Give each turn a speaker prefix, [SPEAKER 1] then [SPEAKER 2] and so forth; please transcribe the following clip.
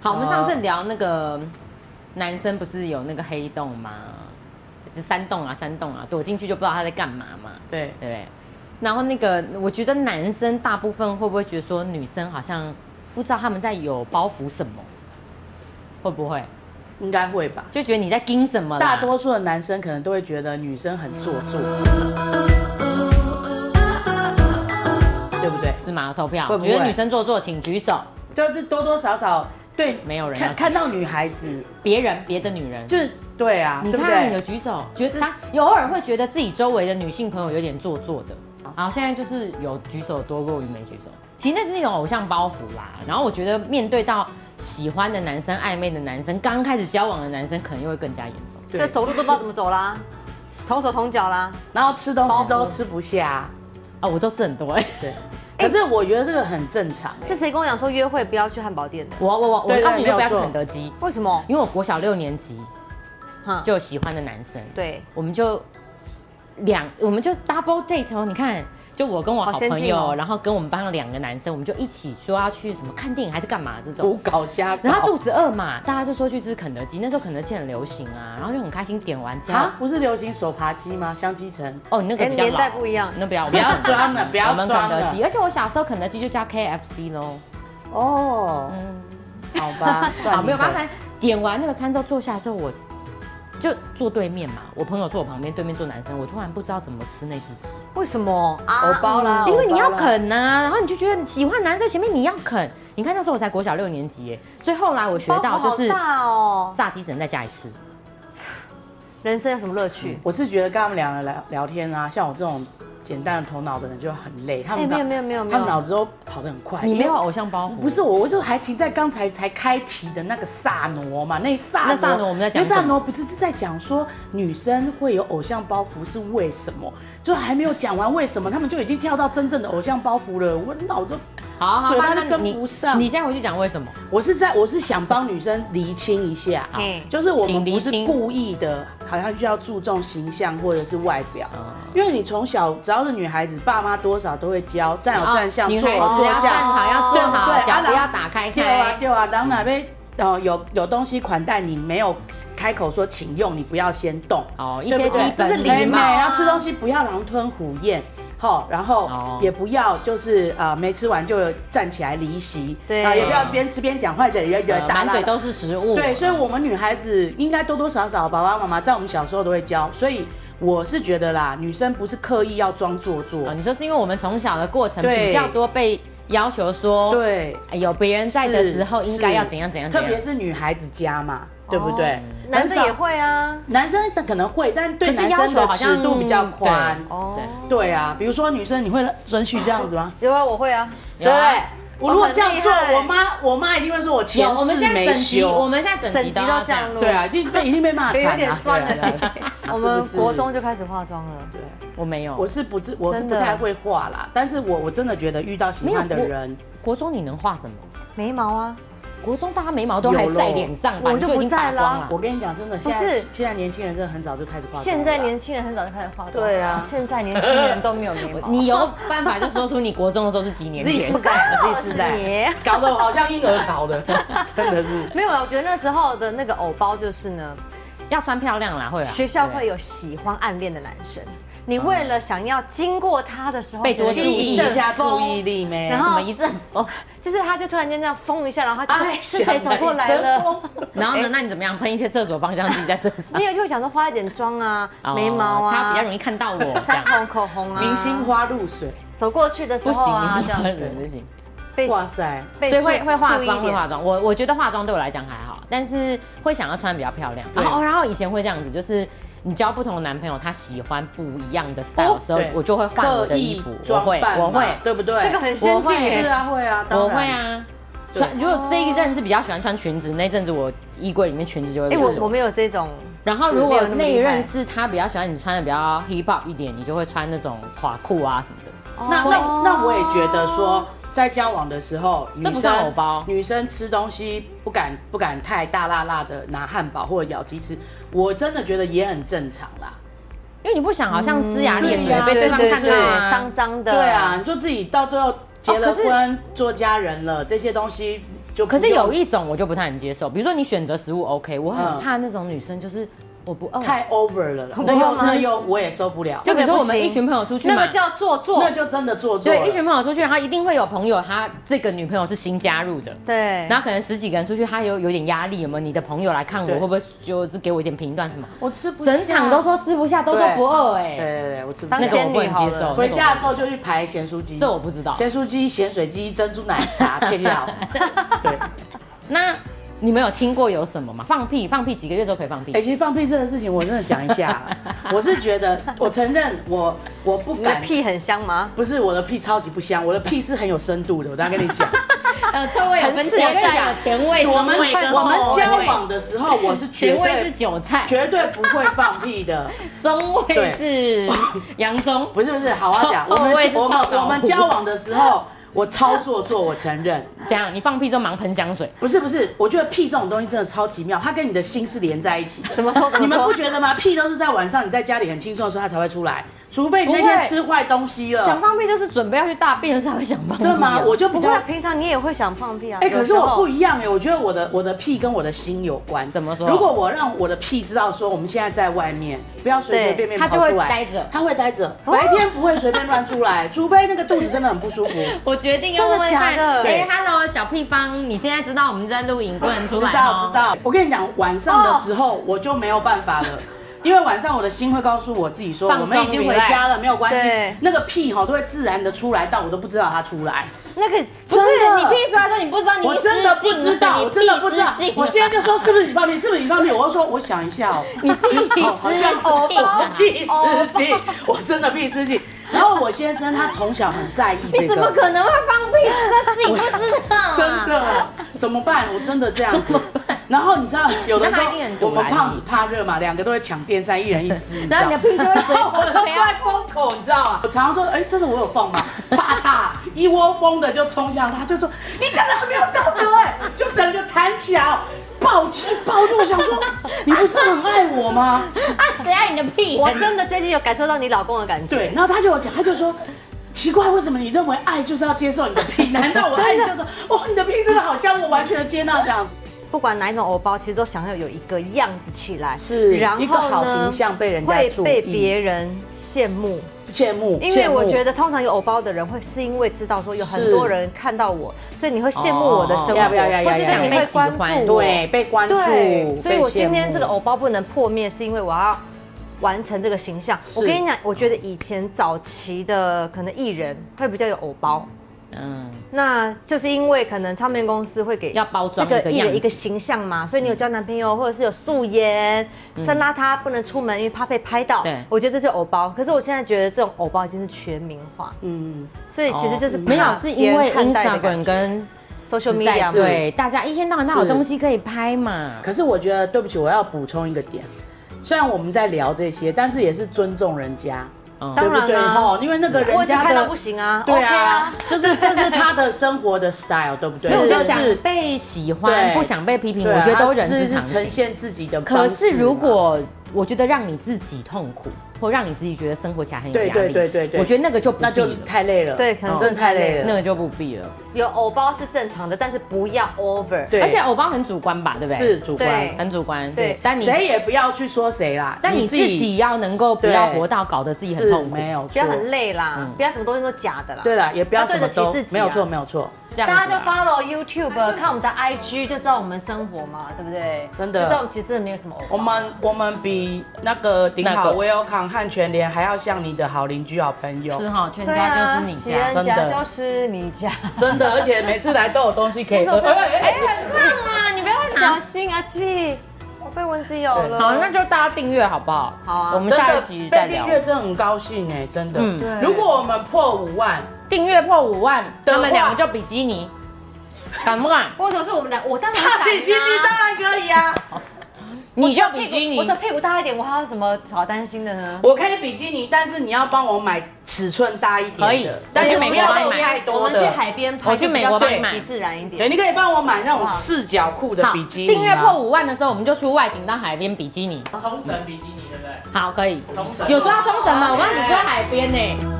[SPEAKER 1] 好，我们
[SPEAKER 2] 好
[SPEAKER 1] 上次聊那个男生不是有那个黑洞吗？就山洞啊，山洞啊，躲进去就不知道他在干嘛嘛，
[SPEAKER 2] 对
[SPEAKER 1] 对不对？然后那个，我觉得男生大部分会不会觉得说女生好像不知道他们在有包袱什么？会不会
[SPEAKER 2] 应该会吧。
[SPEAKER 1] 就觉得你在盯什么啦？
[SPEAKER 2] 大多数的男生可能都会觉得女生很做作，对不对？
[SPEAKER 1] 是吗？投票，
[SPEAKER 2] 会不会
[SPEAKER 1] 觉得女生做作，请举手。
[SPEAKER 2] 就是多多少少对
[SPEAKER 1] 没有人要
[SPEAKER 2] 看看到女孩子，
[SPEAKER 1] 别人，别的女人，
[SPEAKER 2] 就是对啊，
[SPEAKER 1] 嗯你
[SPEAKER 2] 对不
[SPEAKER 1] 看有
[SPEAKER 2] 对？
[SPEAKER 1] 举手，觉得他有偶尔会觉得自己周围的女性朋友有点做作的。
[SPEAKER 2] 哦
[SPEAKER 1] 好，现在就是有举手多过于没举手，其实那是一种偶像包袱啦。然后我觉得面对到喜欢的男生、暧昧的男生、刚开始交往的男生，可能又会更加严重。
[SPEAKER 3] 就
[SPEAKER 2] 对，
[SPEAKER 3] 走路都不知道怎么走 啦，同手同脚啦。
[SPEAKER 2] 然后吃东西都吃不下啊，
[SPEAKER 1] 啊、我都吃很多哎、
[SPEAKER 2] 对。可是我觉得这个很正常，
[SPEAKER 1] 哎
[SPEAKER 3] 是谁跟我讲说约会不要去汉堡店的？
[SPEAKER 1] 我我我我
[SPEAKER 2] 对
[SPEAKER 1] 告诉你，
[SPEAKER 2] 对
[SPEAKER 1] 就不
[SPEAKER 2] 没
[SPEAKER 1] 要去
[SPEAKER 2] 有错
[SPEAKER 1] 肯德基，
[SPEAKER 3] 为什么？
[SPEAKER 1] 因为我国小六年级
[SPEAKER 3] 哼，
[SPEAKER 1] 就有喜欢的男生，
[SPEAKER 3] 对，
[SPEAKER 1] 我们就两，我们就 double date 哦。你看，就我跟我好
[SPEAKER 3] 好先
[SPEAKER 1] 朋
[SPEAKER 3] 进
[SPEAKER 1] 友，
[SPEAKER 3] 哦
[SPEAKER 1] 然后跟我们班的两个男生，我们就一起说要去什么看电影还是干嘛这种。
[SPEAKER 3] 哦
[SPEAKER 2] 胡搞瞎
[SPEAKER 1] 然后他
[SPEAKER 2] 搞
[SPEAKER 1] 肚子饿嘛，大家就说去吃肯德基。那时候肯德基很流行啊，然后就很开心点完之后，
[SPEAKER 2] 啊！不是流行手扒鸡吗？香鸡城
[SPEAKER 1] 哦，你那个
[SPEAKER 3] 哎
[SPEAKER 1] 比较
[SPEAKER 3] 年代
[SPEAKER 1] 老，
[SPEAKER 3] 不一样。
[SPEAKER 1] 那不要
[SPEAKER 2] 不要装
[SPEAKER 1] 了，
[SPEAKER 2] 了不要
[SPEAKER 1] 我们肯德
[SPEAKER 2] 装
[SPEAKER 1] 基。而且我小时候肯德基就叫 KFC 咯。
[SPEAKER 2] 哦，
[SPEAKER 1] 嗯，
[SPEAKER 2] 好吧，算
[SPEAKER 1] 好，
[SPEAKER 2] 你
[SPEAKER 1] 没有
[SPEAKER 2] 的
[SPEAKER 1] 办法。点完那个餐之后坐下来之后，我就坐对面嘛，我朋友坐我旁边，对面坐男生，我突然不知道怎么吃那只鸡。
[SPEAKER 3] 为什么？啊
[SPEAKER 2] 偶包啦
[SPEAKER 1] 因为你要
[SPEAKER 2] 包啦
[SPEAKER 1] 啃呐、然后你就觉得喜欢男生在前面你要啃。你看那时候我才国小六年级耶，所以后来我学到就是
[SPEAKER 3] 包袱好大哦，
[SPEAKER 1] 炸鸡只能在家里吃。
[SPEAKER 3] 人生有什么乐趣？
[SPEAKER 2] 我是觉得跟他们两个聊聊天啊，像我这种简单的头脑的人就很累，他
[SPEAKER 3] 哎、
[SPEAKER 2] 们
[SPEAKER 3] 没
[SPEAKER 2] 脑
[SPEAKER 3] 有没有没有没
[SPEAKER 2] 他们
[SPEAKER 3] 有，
[SPEAKER 2] 脑子都跑得很快。
[SPEAKER 1] 你没有
[SPEAKER 2] 因为？
[SPEAKER 1] 偶像包袱？
[SPEAKER 2] 不是我，我就还停在刚才才开题的那个萨挪嘛，那萨
[SPEAKER 1] 那萨挪我们在讲
[SPEAKER 2] 那
[SPEAKER 1] 什么
[SPEAKER 2] 萨挪不是是在讲说女生会有偶像包袱是为什么？就还没有讲完为什么，他们就已经跳到真正的偶像包袱了。我脑子，
[SPEAKER 1] 好好，
[SPEAKER 2] 嘴巴
[SPEAKER 1] 那
[SPEAKER 2] 都跟
[SPEAKER 1] 你
[SPEAKER 2] 不上
[SPEAKER 1] 你现在回去讲为什么？
[SPEAKER 2] 我是在我是想帮女生厘清一下啊
[SPEAKER 3] 嘿，
[SPEAKER 2] 就是我
[SPEAKER 1] 请
[SPEAKER 2] 们
[SPEAKER 1] 厘
[SPEAKER 2] 不是
[SPEAKER 1] 清
[SPEAKER 2] 故意的，好像需要注重形象或者是外表。
[SPEAKER 1] 哦
[SPEAKER 2] 因为你从小只要是女孩子，爸妈多少都会教站有站相，
[SPEAKER 1] 哦女
[SPEAKER 2] 坐
[SPEAKER 1] 孩
[SPEAKER 2] 有
[SPEAKER 1] 子哦
[SPEAKER 2] 坐
[SPEAKER 1] 要
[SPEAKER 2] 相，
[SPEAKER 1] 站好，要坐
[SPEAKER 2] 对不
[SPEAKER 1] 好，
[SPEAKER 2] 对
[SPEAKER 1] 脚
[SPEAKER 2] 啊
[SPEAKER 1] 不要
[SPEAKER 2] 然
[SPEAKER 1] 打开
[SPEAKER 2] 对啊
[SPEAKER 1] 开。
[SPEAKER 2] 对啊，然后哪边哦有有东西款待你，没有开口说请用，你不要先动。
[SPEAKER 1] 哦，一
[SPEAKER 2] 对
[SPEAKER 1] 些
[SPEAKER 2] 不
[SPEAKER 1] 基
[SPEAKER 2] 对
[SPEAKER 1] 本
[SPEAKER 3] 这是
[SPEAKER 2] 妹妹，
[SPEAKER 3] 礼貌啊
[SPEAKER 2] 然后吃东西不要狼吞虎咽，吼，然
[SPEAKER 1] 哦
[SPEAKER 2] 后也不要就是呃没吃完就站起来离席，
[SPEAKER 3] 对
[SPEAKER 2] 啊也不要边吃边讲坏的，也也
[SPEAKER 1] 呃
[SPEAKER 2] 打
[SPEAKER 1] 满
[SPEAKER 2] 烂
[SPEAKER 1] 嘴。都是食物。
[SPEAKER 2] 对，所以我们女孩子应该多多少少爸爸妈妈在我们小时候都会教，所以我是觉得啦，女生不是刻意要装做作
[SPEAKER 1] 哦，，你说是因为我们从小的过程
[SPEAKER 2] 对
[SPEAKER 1] 比较多被要求说，
[SPEAKER 2] 对，
[SPEAKER 1] 哎有别人在的
[SPEAKER 2] 哦是
[SPEAKER 1] 时候应该要
[SPEAKER 2] 是
[SPEAKER 1] 怎样怎样怎
[SPEAKER 2] 特
[SPEAKER 1] 样。哦
[SPEAKER 2] 别是女孩子家嘛，对不对？
[SPEAKER 3] 哦男生也
[SPEAKER 2] 很少，
[SPEAKER 3] 会啊。
[SPEAKER 2] 男生可能会，但对
[SPEAKER 1] 可是
[SPEAKER 2] 男
[SPEAKER 1] 要
[SPEAKER 2] 生
[SPEAKER 1] 求
[SPEAKER 2] 的
[SPEAKER 1] 好像
[SPEAKER 2] 尺度比较宽。
[SPEAKER 3] 哦
[SPEAKER 1] 对，
[SPEAKER 2] 对啊，比如说女生，你会准许这样子吗？
[SPEAKER 3] 有啊，我会啊。
[SPEAKER 1] 哦有
[SPEAKER 2] 对
[SPEAKER 1] 啊，
[SPEAKER 2] 我如果这样做
[SPEAKER 3] 我很厉，害
[SPEAKER 2] 我妈我妈一定会说我前
[SPEAKER 1] 有，我们
[SPEAKER 2] 世
[SPEAKER 1] 现在
[SPEAKER 2] 没
[SPEAKER 1] 整集，我
[SPEAKER 2] 修。
[SPEAKER 1] 们现在整集
[SPEAKER 3] 整集
[SPEAKER 1] 都
[SPEAKER 3] 都
[SPEAKER 1] 要
[SPEAKER 3] 这
[SPEAKER 1] 这样
[SPEAKER 3] 样。录，
[SPEAKER 2] 对，啊，一定被一定被骂
[SPEAKER 3] 有
[SPEAKER 2] 惨啊。
[SPEAKER 3] 点酸
[SPEAKER 2] 对啊对啊
[SPEAKER 3] 了
[SPEAKER 2] 对 啊。
[SPEAKER 3] 我们
[SPEAKER 2] 是不是
[SPEAKER 3] 国中就开始化妆了，
[SPEAKER 2] 对
[SPEAKER 1] 我没有，
[SPEAKER 2] 我是不是我是不
[SPEAKER 3] 真的
[SPEAKER 2] 太会画啦，但是我我真的觉得遇到喜欢的
[SPEAKER 1] 没有我
[SPEAKER 2] 人，
[SPEAKER 1] 国中你能画什么？
[SPEAKER 3] 眉毛啊，
[SPEAKER 1] 国中大家眉毛都还在脸上吧，
[SPEAKER 3] 有咯
[SPEAKER 1] 你就已经打光了
[SPEAKER 2] 啊我。跟你讲，真的，现在
[SPEAKER 3] 不是
[SPEAKER 2] 现在年轻人真的很早就开始画妆了啦。
[SPEAKER 3] 现在年轻人很早就开始化妆，
[SPEAKER 2] 对啊
[SPEAKER 3] 现在年轻人都没有眉毛，啊
[SPEAKER 1] 你 有办法就说出你国中的时候是几年
[SPEAKER 2] 自己
[SPEAKER 1] 前
[SPEAKER 2] 世？代，自己世
[SPEAKER 3] 你
[SPEAKER 2] 代，搞得我好像婴儿 潮的，真的是。
[SPEAKER 3] 没有啊？我觉得那时候的那个偶包就是呢，
[SPEAKER 1] 要穿漂亮啦，会啦。啊
[SPEAKER 3] 学校
[SPEAKER 1] 对
[SPEAKER 3] 会有喜欢暗恋的男生，你为了想要经过他的时候
[SPEAKER 1] 被多
[SPEAKER 3] 就是
[SPEAKER 1] 注意
[SPEAKER 3] 一
[SPEAKER 2] 一
[SPEAKER 3] 阵
[SPEAKER 2] 下注
[SPEAKER 3] 风
[SPEAKER 2] 意力没
[SPEAKER 3] 然？
[SPEAKER 1] 什
[SPEAKER 3] 后
[SPEAKER 1] 么一阵哦，
[SPEAKER 3] 就是他就突然间这样疯一下，然后他就
[SPEAKER 2] 小
[SPEAKER 3] 哎是谁走过
[SPEAKER 2] 男
[SPEAKER 3] 来了？
[SPEAKER 2] 生？
[SPEAKER 1] 然后呢？哎那你怎么样？喷一些厕所芳香剂在身上
[SPEAKER 3] 你，也就会想说花一点妆啊，
[SPEAKER 1] 哦
[SPEAKER 3] 眉毛啊，
[SPEAKER 1] 他比较容易看 到我。这
[SPEAKER 3] 腮
[SPEAKER 1] 样
[SPEAKER 3] 红、口红啊，
[SPEAKER 2] 明星花露水，
[SPEAKER 3] 走过去的时
[SPEAKER 1] 不
[SPEAKER 3] 候
[SPEAKER 1] 行，
[SPEAKER 3] 啊
[SPEAKER 1] 你，这
[SPEAKER 3] 这
[SPEAKER 1] 样
[SPEAKER 3] 样
[SPEAKER 1] 子不
[SPEAKER 3] 子
[SPEAKER 1] 行。
[SPEAKER 3] 被
[SPEAKER 2] 哇塞！
[SPEAKER 3] 被
[SPEAKER 1] 所以会
[SPEAKER 3] 注
[SPEAKER 1] 会化
[SPEAKER 3] 注意
[SPEAKER 1] 妆，
[SPEAKER 3] 一
[SPEAKER 1] 会
[SPEAKER 3] 点
[SPEAKER 1] 化妆。我我觉得化妆对我来讲还好，但是会想要穿比较漂亮。
[SPEAKER 2] 对
[SPEAKER 1] 然后然后以前会这样子，就是你交不同的男朋友，他喜欢不一样的 style
[SPEAKER 3] 哦
[SPEAKER 1] 的时候
[SPEAKER 2] 对，
[SPEAKER 1] 我就会换我
[SPEAKER 2] 刻
[SPEAKER 1] 的衣
[SPEAKER 2] 意
[SPEAKER 1] 服。我
[SPEAKER 2] 装
[SPEAKER 1] 会
[SPEAKER 2] 扮嘛，
[SPEAKER 1] 我会，
[SPEAKER 2] 对不对？
[SPEAKER 3] 这个很先进
[SPEAKER 1] 我会
[SPEAKER 2] 是
[SPEAKER 3] 耶，
[SPEAKER 2] 啊，会啊，当然
[SPEAKER 1] 我会。啊。
[SPEAKER 2] 对
[SPEAKER 1] 穿如果这
[SPEAKER 3] 哦
[SPEAKER 1] 一阵子比较喜欢穿裙子，那阵子我衣柜里面裙子就会
[SPEAKER 3] 哎，我
[SPEAKER 1] 赤裸
[SPEAKER 3] 我们有这种，
[SPEAKER 1] 然后如果
[SPEAKER 3] 是没有那么
[SPEAKER 1] 那一
[SPEAKER 3] 厉害
[SPEAKER 1] 任是他比较喜欢你穿的比较 hip hop 一点，你就会穿那种垮裤啊什么的。
[SPEAKER 2] 那那
[SPEAKER 3] 哦
[SPEAKER 2] 那我也觉得说，在交往的时候，女
[SPEAKER 1] 这
[SPEAKER 2] 生
[SPEAKER 1] 不算偶包
[SPEAKER 2] 女生吃东西不敢不敢太大辣辣的拿汉堡或者咬鸡翅，我真的觉得也很正常啦。
[SPEAKER 1] 因为你不想好
[SPEAKER 3] 嗯
[SPEAKER 1] 像呲牙咧嘴
[SPEAKER 2] 对呀
[SPEAKER 1] 被对方看到啊，
[SPEAKER 3] 脏脏的，
[SPEAKER 2] 对啊，，你就自己到最后结
[SPEAKER 1] 哦
[SPEAKER 2] 了
[SPEAKER 1] 可是
[SPEAKER 2] 婚、做家人了，这些东西就不
[SPEAKER 1] 可是
[SPEAKER 2] 用
[SPEAKER 1] 有一种我就不太能接受，比如说你选择食物 OK，我很
[SPEAKER 2] 嗯
[SPEAKER 1] 怕那种女生就是我不饿，
[SPEAKER 2] 太 over 了啦，
[SPEAKER 3] 我
[SPEAKER 2] 那又
[SPEAKER 3] 吃
[SPEAKER 2] 那又我也受不了，
[SPEAKER 1] 就比如说我
[SPEAKER 3] 那个不
[SPEAKER 1] 们
[SPEAKER 3] 行
[SPEAKER 1] 一群朋友出去嘛，
[SPEAKER 3] 那个叫做作
[SPEAKER 2] 那，就真的做作了。
[SPEAKER 1] 对一群朋友出去，然后一定会有朋友他这个女朋友是新加入的。
[SPEAKER 3] 对，
[SPEAKER 1] 然后可能十几个人出去，他有有点压力，有没有？你的朋友来看我，
[SPEAKER 2] 对
[SPEAKER 1] 会不会就是给我一点评断什么？
[SPEAKER 2] 我吃不下
[SPEAKER 1] 整场都说吃不下，都说不饿、
[SPEAKER 2] 对
[SPEAKER 1] 哎，
[SPEAKER 2] 对对，我吃不
[SPEAKER 3] 当
[SPEAKER 1] 那
[SPEAKER 2] 下
[SPEAKER 1] 个我
[SPEAKER 3] 仙
[SPEAKER 1] 不
[SPEAKER 3] 女
[SPEAKER 1] 能
[SPEAKER 3] 好
[SPEAKER 1] 接
[SPEAKER 3] 了
[SPEAKER 1] 受。
[SPEAKER 2] 回家
[SPEAKER 1] 那
[SPEAKER 2] 的时候就去排咸酥鸡，
[SPEAKER 1] 个我不知道这我不知道。
[SPEAKER 2] 咸酥鸡、咸水鸡、珍珠奶茶，切掉。对，
[SPEAKER 1] 那你们有听过有什么吗？放屁，放屁，几个月之后可以放屁
[SPEAKER 2] 哎、？其实放屁这个事情，我真的讲一下，啊我是觉得，我承认我我不
[SPEAKER 3] 你的
[SPEAKER 2] 敢，
[SPEAKER 3] 屁很香吗？
[SPEAKER 2] 不是我的屁超级不香，我的屁是很有深度的，我再跟你讲。
[SPEAKER 1] 呃，臭味有分
[SPEAKER 3] 层次
[SPEAKER 1] 前
[SPEAKER 3] 我
[SPEAKER 1] 菜、
[SPEAKER 3] 跟你讲
[SPEAKER 1] 有前味、
[SPEAKER 2] 我们
[SPEAKER 1] 中味哎跟
[SPEAKER 2] 我们
[SPEAKER 1] 后味
[SPEAKER 2] 交往的时候， 我是绝
[SPEAKER 1] 前味是
[SPEAKER 2] 对
[SPEAKER 1] 韭菜，
[SPEAKER 2] 绝对不会放 屁的。
[SPEAKER 1] 中味是洋葱，
[SPEAKER 2] 不是不是，好 好讲，
[SPEAKER 1] 哦
[SPEAKER 2] 我们
[SPEAKER 1] 我也是超
[SPEAKER 2] 我们
[SPEAKER 1] 老
[SPEAKER 2] 我们
[SPEAKER 1] 虎
[SPEAKER 2] 交往的时候，我超做作，我承认。
[SPEAKER 1] 这样你放屁就忙喷香水。
[SPEAKER 2] 不是不是，我觉得屁这种东西真的超奇妙，它跟你的心是连在一起的。
[SPEAKER 3] 怎么 说？怎
[SPEAKER 2] 你们
[SPEAKER 3] 么
[SPEAKER 2] 不
[SPEAKER 3] 说？
[SPEAKER 2] 觉得吗？屁都是在晚上你在家里很轻松的时候，它才会出来，除非你那
[SPEAKER 1] 不会
[SPEAKER 2] 天吃坏东西
[SPEAKER 1] 想
[SPEAKER 2] 了。
[SPEAKER 1] 放屁就是准备要去大便的时候才会想放屁、啊。
[SPEAKER 2] 真的吗？我就比
[SPEAKER 3] 不
[SPEAKER 2] 较
[SPEAKER 3] 会，平常你也会想放屁啊。
[SPEAKER 2] 哎、可是
[SPEAKER 3] 有时
[SPEAKER 2] 我
[SPEAKER 3] 候
[SPEAKER 2] 不一样哎、我觉得我的我的屁跟我的心有关。
[SPEAKER 1] 怎么说
[SPEAKER 2] 如果我让我的屁知道说我们现在在外面，不要随随便
[SPEAKER 1] 对
[SPEAKER 2] 便跑出
[SPEAKER 1] 它
[SPEAKER 2] 来，
[SPEAKER 1] 就会呆着哦
[SPEAKER 2] 它会呆着，白天不会随便乱出来，除非那个肚子真的很不舒 服。
[SPEAKER 1] 我决定要问问看，
[SPEAKER 3] 真的假的
[SPEAKER 1] 哎、h e l l o 小屁方，你现在知道我们在录影，不能出
[SPEAKER 2] 知
[SPEAKER 1] 来
[SPEAKER 2] 道知
[SPEAKER 1] 哦。
[SPEAKER 2] 道，我跟你讲，晚上的时候我就没有办 法了。因为晚上我的心会告诉我自己说，
[SPEAKER 1] 放
[SPEAKER 2] 我
[SPEAKER 1] 松
[SPEAKER 2] 们已经回家了，没有关
[SPEAKER 3] 对
[SPEAKER 2] 系。那个屁哈都会自然的出来，但我都不知道它出来，
[SPEAKER 3] 那个
[SPEAKER 1] 不是
[SPEAKER 3] 真的
[SPEAKER 1] 你屁出来之后你不知道，你
[SPEAKER 2] 我真的不
[SPEAKER 1] 失禁
[SPEAKER 2] 知道，
[SPEAKER 1] 了
[SPEAKER 2] 我真的不知道
[SPEAKER 1] 你屁失禁。了
[SPEAKER 2] 我现在就说是不是你放屁？是不是你放屁？我就说我想一下哦，
[SPEAKER 1] 你 屁
[SPEAKER 2] 哦好
[SPEAKER 1] 失
[SPEAKER 2] 像
[SPEAKER 3] 是
[SPEAKER 1] 禁
[SPEAKER 3] 哦
[SPEAKER 1] 了，
[SPEAKER 2] 屁失禁，我真的屁失禁。然后我先生他从小很在意这
[SPEAKER 1] 你怎么
[SPEAKER 2] 个，
[SPEAKER 1] 可能会放屁？这自己不知道、啊，
[SPEAKER 2] 真的怎么办？我真的这样
[SPEAKER 1] 怎
[SPEAKER 2] 子
[SPEAKER 1] 么。
[SPEAKER 2] 然后你知道，有的 时
[SPEAKER 1] 那他
[SPEAKER 2] 候
[SPEAKER 1] 一定很
[SPEAKER 2] 我
[SPEAKER 1] 堵
[SPEAKER 2] 们
[SPEAKER 1] 拦
[SPEAKER 2] 胖
[SPEAKER 1] 你
[SPEAKER 2] 子怕热嘛，两个都会抢电扇，一人一支。你知
[SPEAKER 1] 然后你
[SPEAKER 2] 道
[SPEAKER 1] 的屁就会随
[SPEAKER 2] 我
[SPEAKER 1] 风
[SPEAKER 2] 都
[SPEAKER 1] 飞啊
[SPEAKER 2] 在风口，你知道 吗？我常常说，哎、真的我有放 吗？啪嚓，一窝蜂的就冲向他，就说你真的很没有道德哎、就整个弹起来哦，暴气暴怒，我 想说你不是很爱我吗？
[SPEAKER 1] 啊，谁爱你的屁？
[SPEAKER 3] 我真的最近有感受到你老公的感觉。
[SPEAKER 2] 对，然后他就有讲，他就说。奇怪，为什么你认为爱就是要接受你的屁？难道我 爱你就说，哦，你的屁真的好香，我完全的接纳这样子，
[SPEAKER 3] 不管哪一种欧包，其实都想要有一个样子起来，
[SPEAKER 2] 是
[SPEAKER 3] 然后
[SPEAKER 2] 一个好
[SPEAKER 3] 呢
[SPEAKER 2] 形象被人家
[SPEAKER 3] 会
[SPEAKER 2] 注
[SPEAKER 3] 被
[SPEAKER 2] 意
[SPEAKER 3] 别人羡慕。
[SPEAKER 2] 羡慕。
[SPEAKER 3] 因为我觉
[SPEAKER 2] 得
[SPEAKER 3] 得通常有偶包的人会是因为知道说有很
[SPEAKER 2] 是
[SPEAKER 3] 多人看到我，所以你会羡慕我的生活，
[SPEAKER 1] 哦
[SPEAKER 2] 要不要要要
[SPEAKER 3] 或是
[SPEAKER 2] 要
[SPEAKER 3] 你
[SPEAKER 2] 要
[SPEAKER 3] 会关
[SPEAKER 1] 被喜欢
[SPEAKER 3] 注我。
[SPEAKER 2] 对被关注，
[SPEAKER 3] 对，所以
[SPEAKER 2] 被
[SPEAKER 3] 我
[SPEAKER 2] 羡
[SPEAKER 3] 今天
[SPEAKER 2] 慕
[SPEAKER 3] 这个偶包不能破灭，是因为我要。完成这个形象，我跟你讲，我觉得以前早期的可能艺人会比较有偶包，
[SPEAKER 1] 嗯，
[SPEAKER 3] 那就是因为可能唱片公司会给
[SPEAKER 1] 要包
[SPEAKER 3] 这
[SPEAKER 1] 装一
[SPEAKER 3] 个
[SPEAKER 1] 个
[SPEAKER 3] 艺
[SPEAKER 1] 样
[SPEAKER 3] 人
[SPEAKER 1] 子
[SPEAKER 3] 一个形象嘛，所以你有交男朋友，或者是有素颜，穿邋遢不能出门，因为怕被拍到。
[SPEAKER 1] 嗯对
[SPEAKER 3] 我觉得这就是偶包。可是我现在觉得这种偶包已经是全民化，
[SPEAKER 2] 嗯，
[SPEAKER 3] 所以其实就是
[SPEAKER 1] 哦没有
[SPEAKER 3] 怕，
[SPEAKER 1] 是
[SPEAKER 3] 别
[SPEAKER 1] 因
[SPEAKER 3] 人
[SPEAKER 1] 为
[SPEAKER 3] 看待的
[SPEAKER 1] Instagram
[SPEAKER 3] 感觉
[SPEAKER 1] 跟
[SPEAKER 3] social
[SPEAKER 1] 时代
[SPEAKER 3] media 嘛
[SPEAKER 1] 对大家一天到晚都有东西可以拍嘛。
[SPEAKER 2] 可是我觉得，对不起，我要补充一个点。虽然我们在聊这些，但是也是尊重人家，
[SPEAKER 1] 嗯
[SPEAKER 3] 当然
[SPEAKER 2] 对不对？
[SPEAKER 3] 啊
[SPEAKER 2] 哈，因为那个
[SPEAKER 3] 我
[SPEAKER 2] 人
[SPEAKER 3] 已经
[SPEAKER 2] 家
[SPEAKER 3] 拍到
[SPEAKER 2] 的
[SPEAKER 3] 不，行啊，
[SPEAKER 2] 对
[SPEAKER 3] OK 啊
[SPEAKER 2] 啊，， 就是就是他的生活的 style，对不
[SPEAKER 1] 所
[SPEAKER 2] 对？
[SPEAKER 1] 以我就
[SPEAKER 2] 就
[SPEAKER 1] 想
[SPEAKER 2] 是
[SPEAKER 1] 被喜欢，
[SPEAKER 2] 对
[SPEAKER 1] 不想被批评，
[SPEAKER 2] 对啊
[SPEAKER 1] 我觉得都人之
[SPEAKER 2] 他
[SPEAKER 1] 常
[SPEAKER 2] 是呈
[SPEAKER 1] 情。
[SPEAKER 2] 现自己的
[SPEAKER 1] 可
[SPEAKER 2] 方式嘛。
[SPEAKER 1] 是如果我觉得让你自己痛苦，或让你自己觉得生活起来很有压力，
[SPEAKER 2] 对对对对对
[SPEAKER 1] 我觉得那个就不
[SPEAKER 2] 那
[SPEAKER 1] 必
[SPEAKER 2] 就
[SPEAKER 1] 了，
[SPEAKER 2] 太累了，
[SPEAKER 3] 对可能
[SPEAKER 2] 嗯真的太累
[SPEAKER 1] 那
[SPEAKER 2] 了。
[SPEAKER 1] 个就不必了。
[SPEAKER 3] 有偶包是正常的，但是不要 over。
[SPEAKER 2] 对，
[SPEAKER 1] 而且偶包很主观吧，对不对？
[SPEAKER 2] 是，主观
[SPEAKER 3] 对，
[SPEAKER 1] 很主观。
[SPEAKER 3] 对
[SPEAKER 1] 但你
[SPEAKER 2] 谁也不要去说谁啦。
[SPEAKER 1] 但你自己要能够不
[SPEAKER 2] 对
[SPEAKER 1] 要活到搞得自己很
[SPEAKER 2] 是
[SPEAKER 1] 痛苦。
[SPEAKER 2] 没有错，
[SPEAKER 3] 不要很累
[SPEAKER 1] 嗯
[SPEAKER 3] 啦，不要什么东西都假的啦。
[SPEAKER 2] 对了，也不要什么
[SPEAKER 3] 要
[SPEAKER 2] 都
[SPEAKER 3] 对得起自己啊
[SPEAKER 2] 没有错，没有错。
[SPEAKER 1] 这样子
[SPEAKER 3] 大
[SPEAKER 1] 啊
[SPEAKER 3] 家就 follow YouTube，看我们的 IG 就知道我们生活嘛，对不对？
[SPEAKER 2] 真的
[SPEAKER 3] 就知道我们其实真的没有什么偶包。
[SPEAKER 2] 我们我们比那个顶
[SPEAKER 1] 那
[SPEAKER 2] 好
[SPEAKER 1] 个
[SPEAKER 2] Welcome 和全联还要像你的好邻居、好朋友
[SPEAKER 1] 是，哈，全
[SPEAKER 3] 对
[SPEAKER 1] 家
[SPEAKER 3] 啊，
[SPEAKER 1] 就是
[SPEAKER 3] 喜
[SPEAKER 1] 你家。
[SPEAKER 3] 人
[SPEAKER 2] 真
[SPEAKER 3] 家
[SPEAKER 2] 的
[SPEAKER 3] 就是你家，
[SPEAKER 2] 真的，而且每次来都有东西可以喝。
[SPEAKER 3] 我怎么
[SPEAKER 2] 哎哎哎
[SPEAKER 1] 很棒啊！你不要拿
[SPEAKER 3] 小。心啊，记，我被蚊子咬了。
[SPEAKER 1] 好，那就大家订阅好不嗯好？
[SPEAKER 3] 好啊
[SPEAKER 1] 我们
[SPEAKER 2] 真
[SPEAKER 1] 下
[SPEAKER 2] 的
[SPEAKER 1] 一集再
[SPEAKER 2] 被
[SPEAKER 1] 聊。
[SPEAKER 2] 订阅真的很高兴哎，真的。
[SPEAKER 1] 嗯
[SPEAKER 3] 对
[SPEAKER 2] 如果我们破五万，
[SPEAKER 1] 订阅破五万，
[SPEAKER 2] 的
[SPEAKER 1] 他
[SPEAKER 2] 话
[SPEAKER 1] 们两个就比基尼，敢不敢？
[SPEAKER 3] 或者是我们俩，我当然
[SPEAKER 2] 他
[SPEAKER 3] 敢
[SPEAKER 2] 比基尼当
[SPEAKER 3] 啊。
[SPEAKER 2] 然可以啊，
[SPEAKER 1] 你就比基
[SPEAKER 3] 屁
[SPEAKER 1] 尼
[SPEAKER 3] 股，我。说屁股大一点，我还有什么好担心的呢？
[SPEAKER 2] 我可以比基尼，但是你要帮我买尺寸大一
[SPEAKER 1] 可
[SPEAKER 2] 点
[SPEAKER 1] 以
[SPEAKER 2] 的，但是
[SPEAKER 1] 我去
[SPEAKER 2] 不
[SPEAKER 1] 美国帮
[SPEAKER 2] 要
[SPEAKER 1] 你
[SPEAKER 2] 露
[SPEAKER 1] 买
[SPEAKER 2] 太
[SPEAKER 3] 我
[SPEAKER 2] 多
[SPEAKER 3] 们去
[SPEAKER 2] 的。
[SPEAKER 3] 海边拍，
[SPEAKER 1] 我去美国
[SPEAKER 3] 就
[SPEAKER 1] 帮
[SPEAKER 3] 比
[SPEAKER 1] 你
[SPEAKER 3] 较
[SPEAKER 1] 买
[SPEAKER 3] 顺其自然一
[SPEAKER 2] 对，
[SPEAKER 3] 点。
[SPEAKER 2] 你可以帮我买那种
[SPEAKER 3] 哇
[SPEAKER 2] 四角裤的
[SPEAKER 1] 好
[SPEAKER 2] 比，基尼吗。
[SPEAKER 1] 订阅破五万的时候，我们就出外景到海边比基尼。
[SPEAKER 4] 冲绳比基尼对不对？
[SPEAKER 1] 好，可以。
[SPEAKER 4] 冲绳
[SPEAKER 1] 有说要冲绳吗？我刚刚只说海边呢。